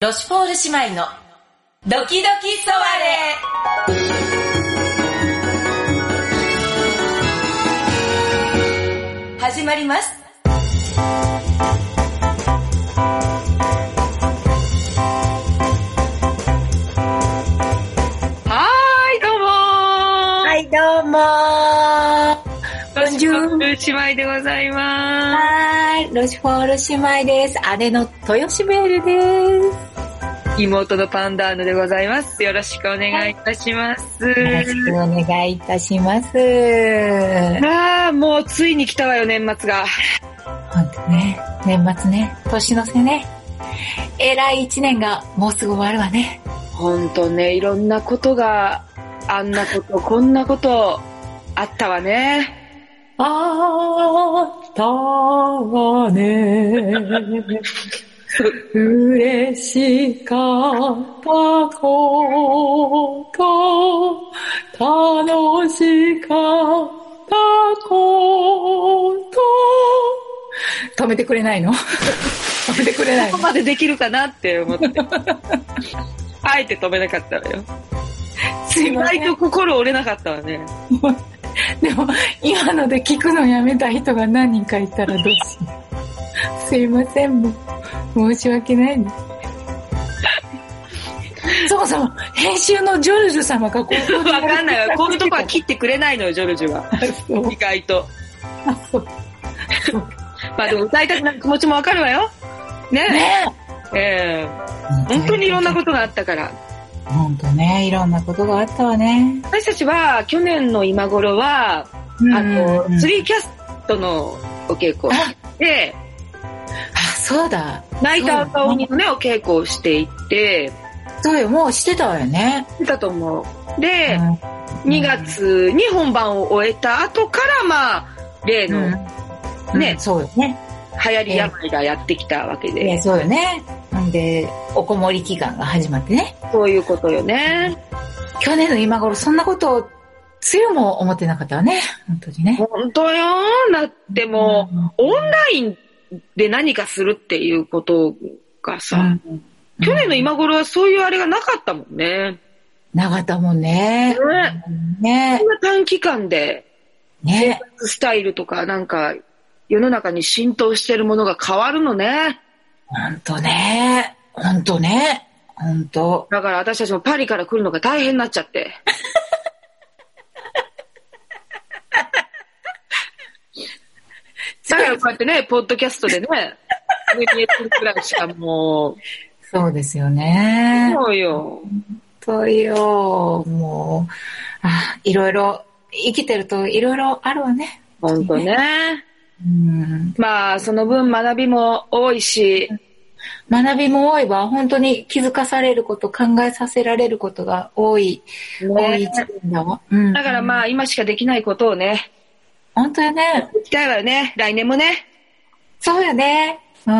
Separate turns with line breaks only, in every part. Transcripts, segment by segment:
ロシュポール姉妹のドキドキソワレ始まります。
はーい、どうもー。
は、
はい
どうもー。
ボンジュ
ボン
ール姉妹でございま
はーい、ロシュフォール姉妹です。姉の豊島ベルです。
す。妹のパンダーヌでございます。よろしくお願いいたします。
よろしくお願いいたします。本
ああ、もうついに来たわよ、年末が。
当ね、年末ね、年の瀬ね。偉い一年がもうすぐ終わるわね。
ほんとね、いろんなことが、あんなこと、こんなこと、あったわね。
あったわね。嬉しかったこと、楽しかったこと。止めてくれないの 止めてくれない
ここ
の
までできるかなって思 って。あえて止めなかったわよ。
すい
意
ませ
外と
ん。
心折れなかったわね。
でも、今ので聞くのやめた人が何人かいたらどうしよう。すいません、もう。申し訳ないです。そもそも、編集のジョルジュ様がこう
わかんないわ。こういうとこは切ってくれないのよ、ジョルジュは。
そう
意外と。
あそう
まあでも歌いたくなる気持ちもわかるわよ。ね
ね
ええ本当にいろんなことがあったから。
と。本当ね、いろんなことがあったわね。
私たちは去年の今頃は、あの、スリーキャストのお稽古をして、
あ、そうだ。
泣いた赤鬼のね、お稽古をしていて、
そうよ、もうしてたわよね。
だと思う。で、
うん
2月に本番を終えた後から、まあ、例
う
の
ん
流
うん
ね
そうよね。
行り病がやってきたわけ
いや
で、
そうよね。んで、おこもり期間が始まってね。
そういうことよね。
去年の今頃、そんなことを、つゆも思ってなかったわね。本当にね。
本当よ。だってもう、オンラインで何かするっていうことが
う
さ、
ん、
去年の今頃はそういうあれがなかったもんね。
なかったもんね。
ね
ね
こん。な短期間で、
ね。
スタイルとかなんか、世の中に浸透してるものが変わるのね。
本当ね。本当ね。本当。
だから私たちもパリから来るのが大変になっちゃ って。だからこうやってね、ポッドキャストでね、上にするくらいしかも
そうですよ
う、
ね。
そうよ。
本当よ。もう、あ、いろいろ、生きてるといろいろあるわね。
ほんとね。
うん。
まあ、その分学びも多いし、
学びも多いわ。本当に気づかされること、考えさせられることが多い、多い
ね
一年だわ。うん。
だからまあ、今しかできないことをね、
本当よね。
行きたいわよね。来年もね。
そうよね。うん。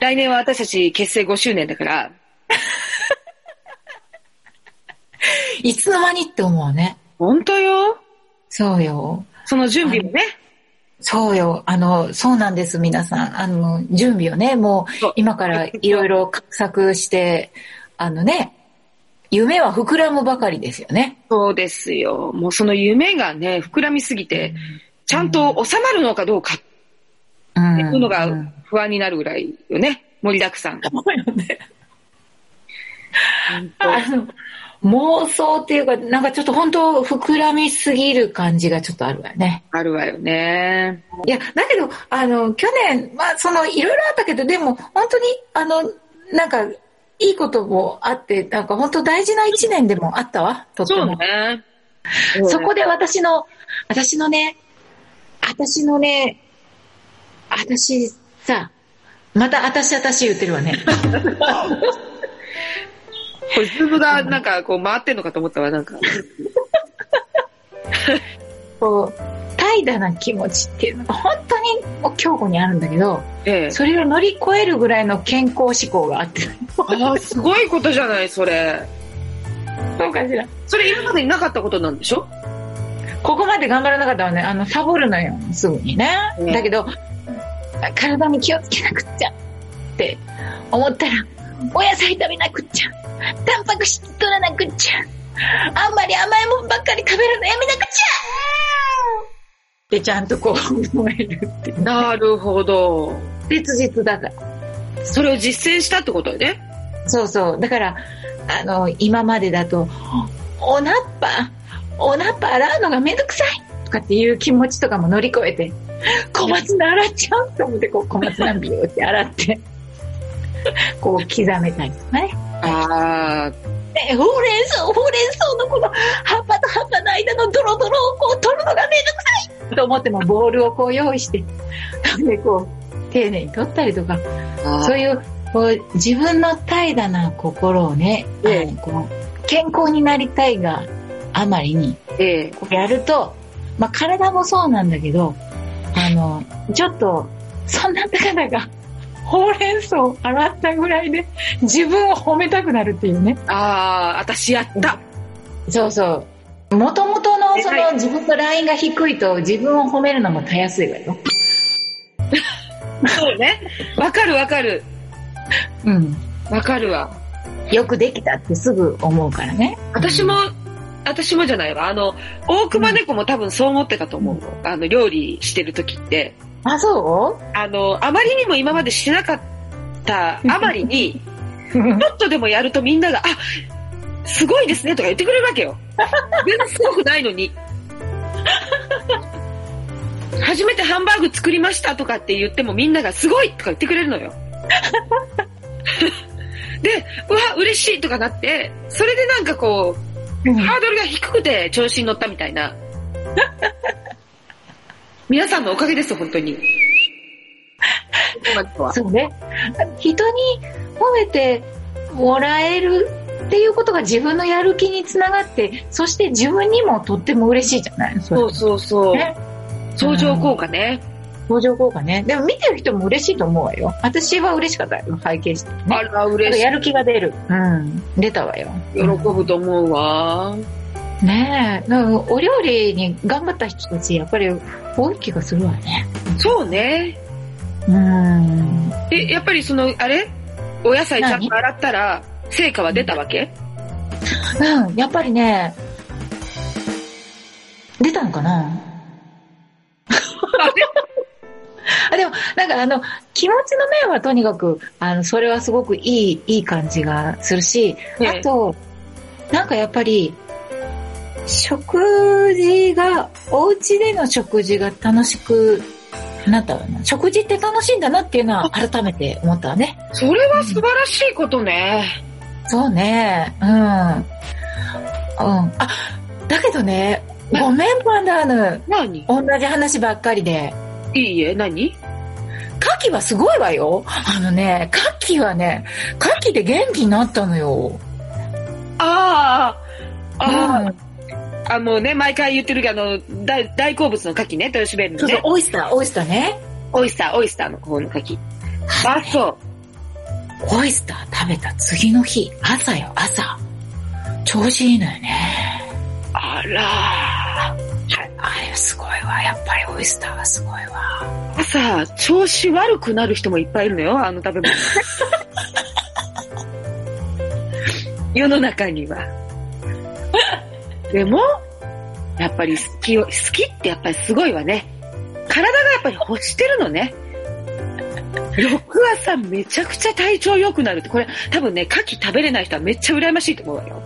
来年は私たち結成5周年だから、
いつの間にって思うね。
ほんとよ。
そうよ。
その準備もね。
そうよ。あの、そうなんです、皆さん。あの、準備をね、もう
そう、
今からいろいろ画策して、あのね、夢は膨らむばかりですよね。
そうですよ。もうその夢がね、膨らみすぎて、ちゃんと収まるのかどうかって
う
いうの
う
が
ん
不安になるぐらいよね。盛りだくさん。
そうよね あの妄想っていうか、なんかちょっと本当、膨らみすぎる感じがちょっとあるわね。
あるわよね。
いや、だけど、あの、去年、まあ、その、いろいろあったけど、でも、本当に、あの、なんか、いいこともあって、なんか本当大事な一年でもあったわ、とって
そう
も。
ね。
そこで私の、私のね、私のね、私さ、また私私言ってるわ ね。
これ、ズームがなんかこう回ってんのかと思ったわ、なんか。
こう、怠惰な気持ちっていうのが本当にもう強固にあるんだけど、
ええ。
それを乗り越えるぐらいの健康志向があって、
ああ、すごいことじゃない、それ。
そうかしら。
それ今までになかったことなんでしょ
ここまで頑張らなかったらね、あの、サボるのよ、すぐにね。
ね
だけど、体に気をつけなくっちゃって思ったら、
お野菜食べなくっちゃ。タンパク質取らなくっちゃ。あんまり甘いもんばっかり食べるのやめなくちゃ
で、ちゃんとこう、思えるって。
なるほど。
切実だから。
それを実践したってことよね。
そうそう。だから、あの、今までだと、おなっぱ、おなっぱ洗うのがめんどくさいとかっていう気持ちとかも乗り越えて、小松菜洗っちゃうと思って、こう、小松菜ビューって洗って、こう、刻めたりとかね。
あ
ねえほうれん草、ほうれん草のこの葉っぱと葉っぱの間のドロドロをこう取るのがめんどくさ
と思ってもボールをこう用意して、でこう、丁寧に取ったりとか、
あ
そういう、こう、自分の怠惰な心をね、あ
ええ
のこう健康になりたいがあまりに、
ええ。
こうやると、まあ、体もそうなんだけど、あの、ちょっと、そんなたかだが、ほうれん草を洗ったぐらいで、自分を褒めたくなるっていうね。
ああ、私やった。
そうそう。もともとの、そ
は
の、自分のラインが低いと、自分を褒めるのもたやすいわよ。
そうね。わかるわかる。
うん。
わかるわ。
よくできたってすぐ思うからね。
私も、私もじゃないわ。あの、大熊猫も多分そう思ってたと思うの。あの、料理してる時って。
あ、そ
あの、あまりにも今までしてなかったあまりに、
う
ちょっとでもやるとみんなが、あすごいですねとか言ってくれるわけよ。全然すごくないのに。初めてハンバーグ作りましたとかって言ってもみんながすごいとか言ってくれるのよ。で、うわ、嬉しいとかなって、それでなんかこう、ハードルが低くて調子に乗ったみたいな。皆さんのおかげです、本当に。
そうね。人に褒めてもらえるっていうことが自分のやる気につながって、そして自分にもとっても嬉しいじゃないそ。
そううそうそう
ね。
相乗効果ね。
登場効果ね。でも見てる人も嬉しいと思うわよ。私は嬉しかったよ。拝見して、ね。
あら、嬉しい。
やる気が出る。うん。出たわよ。
喜ぶと思うわ。
ねえ。だからお料理に頑張った人たち、やっぱり多い気がするわね。
そうね。
うん。
え、やっぱりその、あれお野菜ちゃんと洗ったら、成果は出たわけ
うん、やっぱりね、出たのかな あでも、なんかあの、気持ちの面はとにかく、あの、それはすごくいい、いい感じがするし、
え
あと、なんかやっぱり、食事が、お家での食事が楽しくなったわな。食事って楽しいんだなっていうのは改めて思ったわね。
それは素晴らしいことね。
そうね。うん。うん。あ、だけどね、
はい
ごめん、パンダーヌ。
何
同じ話ばっかりで。
いいえ、何
牡蠣はすごいわよ。あのね、牡蠣はね、牡蠣で元気になったのよ。
ああ、あ
う
あ
ん、
あ、もうね、毎回言ってるけど、あの、大大好物の牡蠣ね、豊島弁
そ
の
うそう
ね、。
オイスター、オイスターね。
オイスター、オイスターの方の牡蠣。あ、そう。
オイスター食べた次の日、朝よ、朝。調子いいのよね。
あら
あれすごいわ。やっぱりオイスターはすごいわ。
ー。朝、調子悪くなる人もいっぱいいるのよ、あの食 べ物。世の中には。でも、やっぱり好きを、好きってやっぱりすごいわね。体がやっぱり欲してるのね。翌朝めちゃくちゃ体調良くなるって、これ多分ね、牡蠣食べれない人はめっちゃ羨ましいと思うわよ。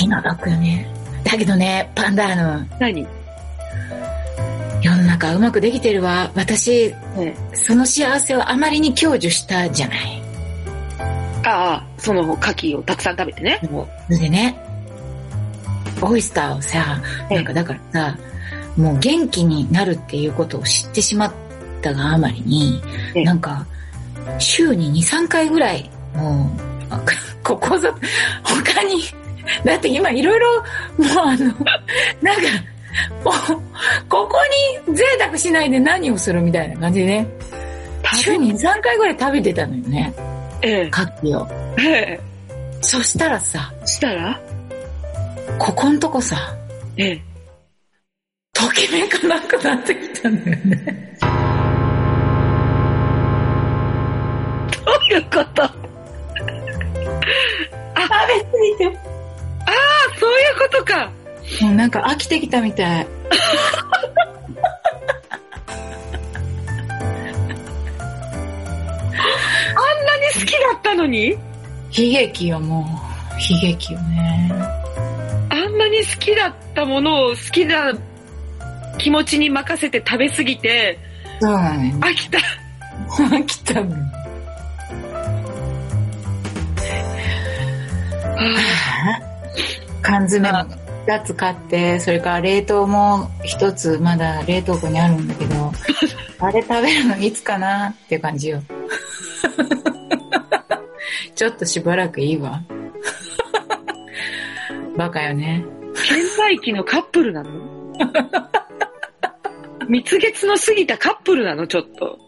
今楽よね。だけどね、パンダーヌ。
何
世の中うまくできてるわ。私、
ね
その幸せをあまりに享受したじゃない。
ああ、その牡蠣をたくさん食べてね。
それでね、オイスターをさ、
ええ
なんかだからさ、もう元気になるっていうことを知ってしまったがあまりに
え、え
なんか、週に2、3回ぐらい、もう、あ ここぞ、他に、だって今いろいろ、もうあの、 なんか、もうここに贅沢しないで何をするみたいな感じでね。週に3回ぐらい食べてたのよね、
え
牡蠣を。
え。え
そしたらさ、
え。したら
ここんとこさ、
ええ。
ときめかなくなってきたんだよね。
どういうこと
べつい
そういうことか。
て。もうなんか飽きてきたみたい。
あんなに好きだったのに
悲劇よ、もう。悲劇よね。
あんなに好きだったものを好きな気持ちに任せて食べすぎて、
そうだね。
飽きた。
飽きたの。 缶詰も2つ買って、それから冷凍も1つまだ冷凍庫にあるんだけ ど、あれ食べるのいつかなっていう感じよ。 ちょっとしばらくいい わ。バカよね。
倦怠期のカップルなの蜜月の過ぎたカップルなのちょっと。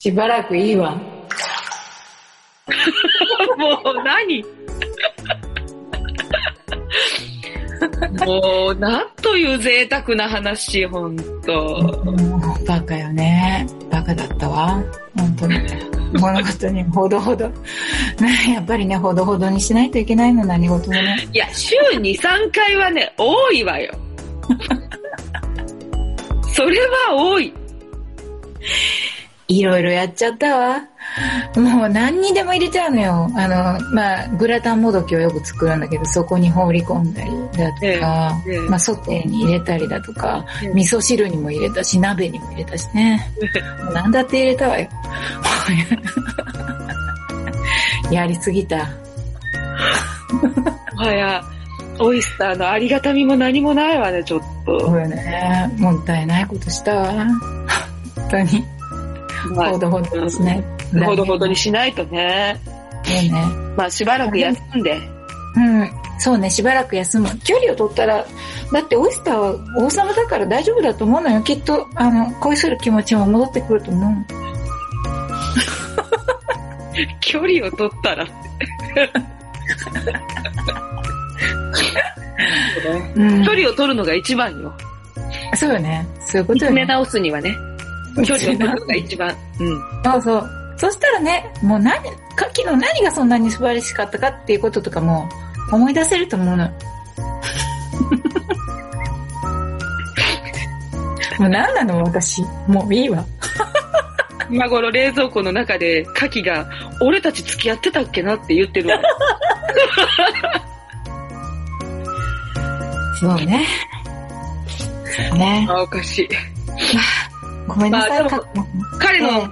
しばらくいいわ。
もう何もう、なんという贅沢な話、ほんと。
バカよね。バカだったわ。本当に。物事にほどほど。ね、やっぱりね、ほどほどにしないといけないの、何事もね。
いや、週2、3回はね、多いわよ。 それは多い。
いろいろやっちゃったわ。もう何にでも入れちゃうのよ。あの、まあ、グラタンもどきをよく作るんだけど、そこに放り込んだりだとか、
ええええ
まあ、ソテーに入れたりだとか、
ええ
味噌汁にも入れたし、鍋にも入れたしね。もう何だって入れたわよ。 やりすぎた。
もはや、オイスターのありがたみも何もないわね、ちょっ
そ
と。
うよね。もったいないことしたわ。本当に。
まあ
ほどほどですね。
ほどほどにしないとね。
そうね。
まあ、しばらく休んで。
うん。そうね、しばらく休む。距離を取ったら、だってオイスターは王様だから大丈夫だと思うのよ。きっと、あの、恋する気持ちも戻ってくると思う。
距離を取ったら。
うん
距離を取るのが一番よ。
そうよね。そういうことよ
詰め
ね。
直すにはね。距離を取るのが一番。うん。
そうそう。そしたらね、もう何、カキの何がそんなに素晴らしかったかっていうこととかも思い出せると思うの。 もう何なの私。もういいわ。
今頃冷蔵庫の中でカキが、俺たち付き合ってたっけなって言ってるわ。
そうね。ね。
あ、おかし い。
ごめんなさい、
まあで
カ
も
キ。
彼
え
の
え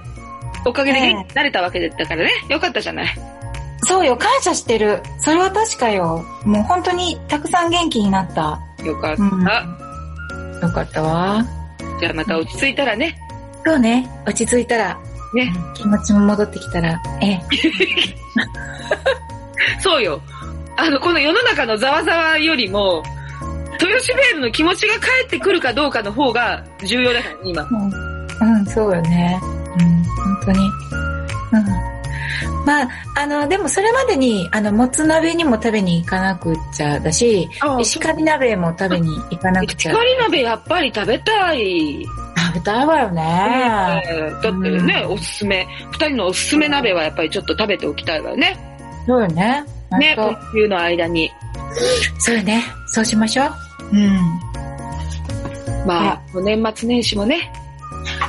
おかげで
ええ
元気になれたわけだからね。よかったじゃない。
そうよ、感謝してる。それは確かよ。もう本当にたくさん元気になった。
よかっ
うん。
た。
よかったわ。
じゃあまた落ち着いたらね。
そうね、落ち着いたら、
ね。
気持ちも戻ってきたら、ええ、
そうよ。あの、この世の中のざわざわよりも、豊シベールの気持ちが返ってくるかどうかの方が重要だから、今。
うん、うん、そうよね。うん、本当に。うん。まあ、あの、でもそれまでに、あの、もつ鍋にも食べに行かなくっちゃだし、
あ
石狩鍋も食べに行かなくちゃ。
光鍋やっぱり食べたい。
食べたいわよね。
うんだってね、おすすめ。二人のおすすめ鍋はやっぱりちょっと食べておきたいわよね。
そうよね。
ね、
ほん
今
と
冬の間に。
そうよね。そうしましょう。うん。
ま
は
あ、お年末年始もね、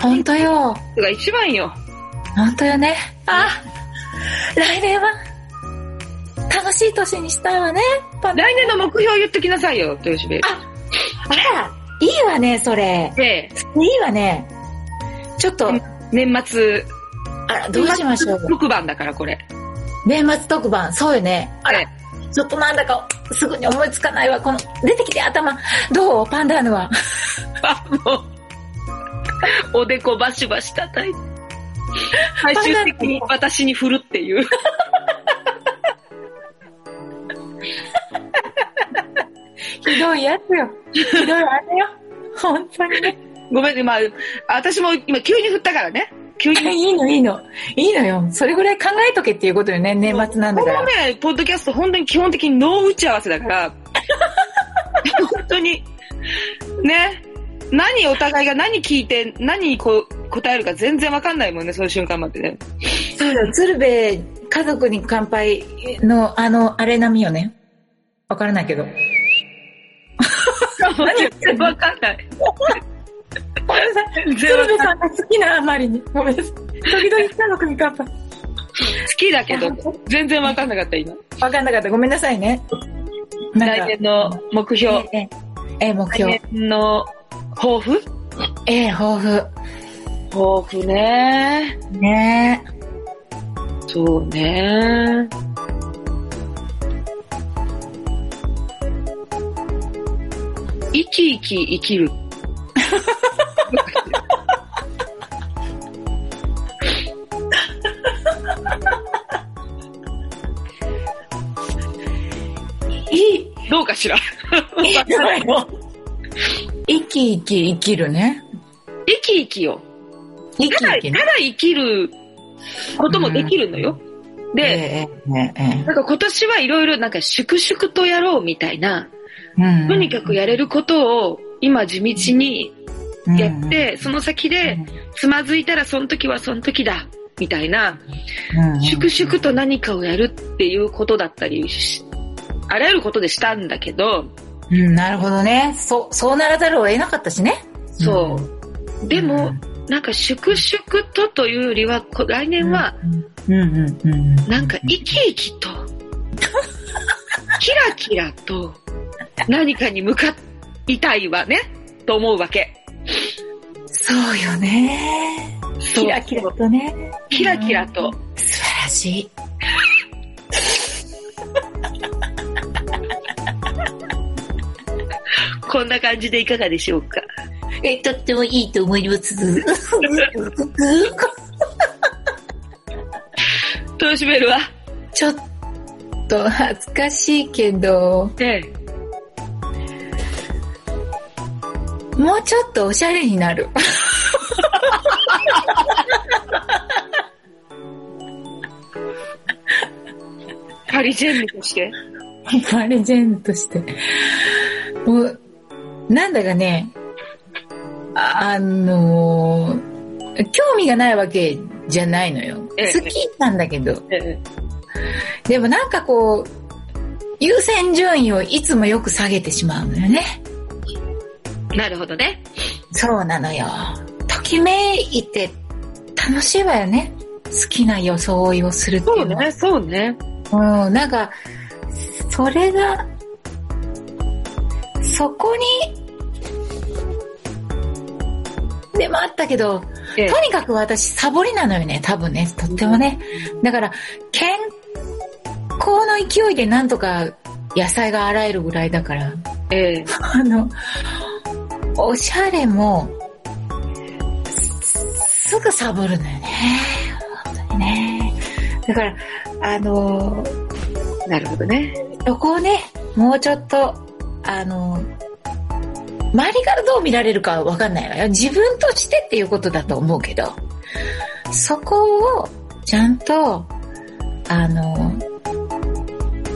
本当よ。
それが一番よ。
本当よね。あ、来年は、楽しい年にしたいわね。パン
来年の目標言ってきなさいよ、豊シベール。
あら、いいわね、それ。
で、
いいわね。ちょっと、
うん年末、
あら、どうしましょう。
6番だから、これ。
年末特番、そうよね。あら
え、
ちょっとなんだか、すぐに思いつかないわ。この、出てきて頭。どうパンダーヌは。
あ、もう、おでこバシバシ叩いて。最終的に私に振るっていう。
ひどいやつよ。ひどいあれよ。本当にね。
ごめんね、まあ、私も今急に振ったからね。急に。
いいの、いいの。いいのよ。それぐらい考えとけっていうことよね。年末なんだ
こ
か
の
ら。
ね、ポッドキャスト本当に基本的にノー打ち合わせだから、本当に、ね、何お互いが何聞いて、何こう答えるか全然わかんないもんね、その瞬間までね。
そうよ、鶴瓶、家族に乾杯の、あの、あれ並みよね。わからないけど。何
全然わかんない。
ごめんなさい。
全然
鶴瓶
わかんない
さんが好きなあまりに。ごめんなさい。時々家族に乾杯。
好きだけど、全然わかんなかった、今。
わかんなかった。ごめんなさいね。なん
来
か
年の目標。
ええええ、目
来
標。
年の抱負
ええ、抱負。
抱負ね。
ねえ。
そうね。生き生き生きる。
いい、
どうかしら
いいよ。生き生き生きるね。
生き生きよ。
生き
ただ、
生
た
き
だ
ね。
生きることもできるのよ。
え
で、
えええ、え
なんか今年はいろいろなんか粛々とやろうみたいな、
えうん
とにかくやれることを今地道にやって、その先でつまずいたらその時はその時だ、みたいな、粛々と何かをやるっていうことだったりし、あらゆることでしたんだけど、
うんうん、なるほどね。そう、そうならざるを得なかったしね。
そう。でも、なんか粛々とというよりは、こ来年は、
うん、うん、うんうん。
なんか生き生きと、キラキラと何かに向かいたいわね、と思うわけ。
そうよね。
そう
キラキラとね。
キラキラと。
素晴らしい。
こんな感じでいかがでしょうか。
え、とってもいいと思います。
トヨシベルは
ちょっと恥ずかしいけど、
え
もうちょっとおしゃれになる。
パリジェンヌとして。
バレジェンとして。もう、なんだかね、ああのー興味がないわけじゃないのよ。
ええ
好きなんだけど。
ええ
でもなんかこう、優先順位をいつもよく下げてしまうのよね。
なるほどね。
そうなのよ。ときめいて楽しいわよね。好きな装いをするっていうのは。、
そうね。
うん、なんか、それが、そこに、でもあったけど、
ええ
とにかく私、サボりなのよね、多分ね、とってもね。だから、健康の勢いでなんとか野菜が洗えるぐらいだから、
ええ
あの、おしゃれも、すすぐサボるのよね。本当にね。だから、あの
なるほどね。
そこをね、もうちょっと、あの、周りからどう見られるかわかんないわよ。自分としてっていうことだと思うけど、そこをちゃんと、あの、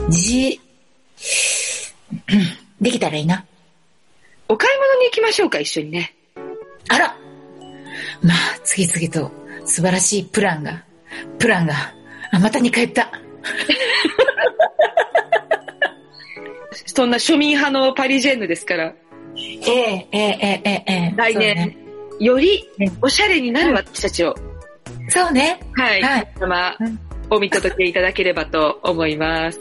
じ、 できたらいいな。
お買い物に行きましょうか、一緒にね。
あらまあ、次々と素晴らしいプランが、プランが、あ、また2回言った。
そんな庶民派のパリジェンヌですから、
ええええええええ
来年、よりおしゃれになる私たちを、
そうね。そうね
はい、
はい
皆様、お見届けいただければと思います。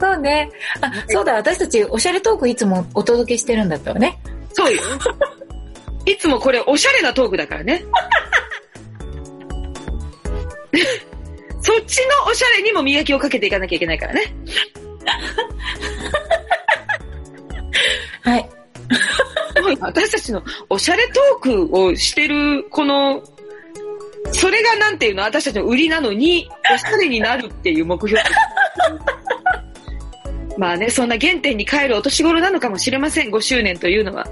そうね。あ、そうだ、私たちおしゃれトークいつもお届けしてるんだったわね。
そ うよ。いつもこれおしゃれなトークだか らね。そっちのおしゃれにも磨きをかけていかなきゃいけないからね。
はい。
私たちのおしゃれトークをしてる、この、それがなんていうの私たちの売りなのに、おしゃれになるっていう目標。まあね、そんな原点に帰るお年頃なのかもしれません、5周年というのは。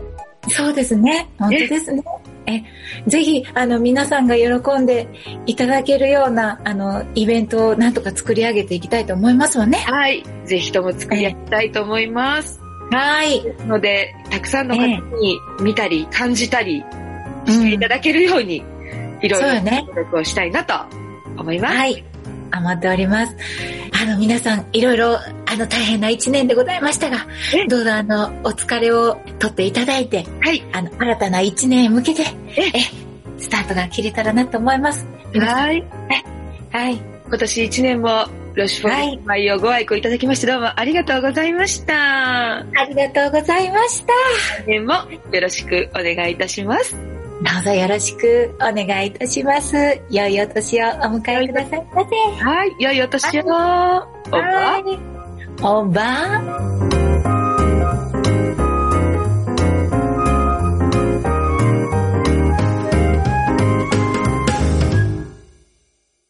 そうですね。本当ですね。え、ぜひ、あの、皆さんが喜んでいただけるような、あの、イベントをなんとか作り上げていきたいと思いますわね。
はい。ぜひとも作り上げたいと思います。
はい。
ので、たくさんの方に見たり、感じたりしていただけるように、いろ
そう
い
よ
ろ
ね
努力をしたいなと思います。
はい。思っております。あの、皆さん、いろいろ、あの、大変な一年でございましたが
え、
どうぞ、あの、お疲れを取っていただいて、
はい。
あの、新たな一年へ向けて、
え
え、スタートが切れたらなと思います。
はい。
はい。
今年一年も、ロシュポ
はい
ン毎をご愛顧いただきまして、どうもありがとうございました。
ありがとうございました。
来年もよろしくお願いいたします。
どうぞよろしくお願いいたします。良いお年をお迎えくださいませ。
はい。良いお年を。おば
はい。おばあ。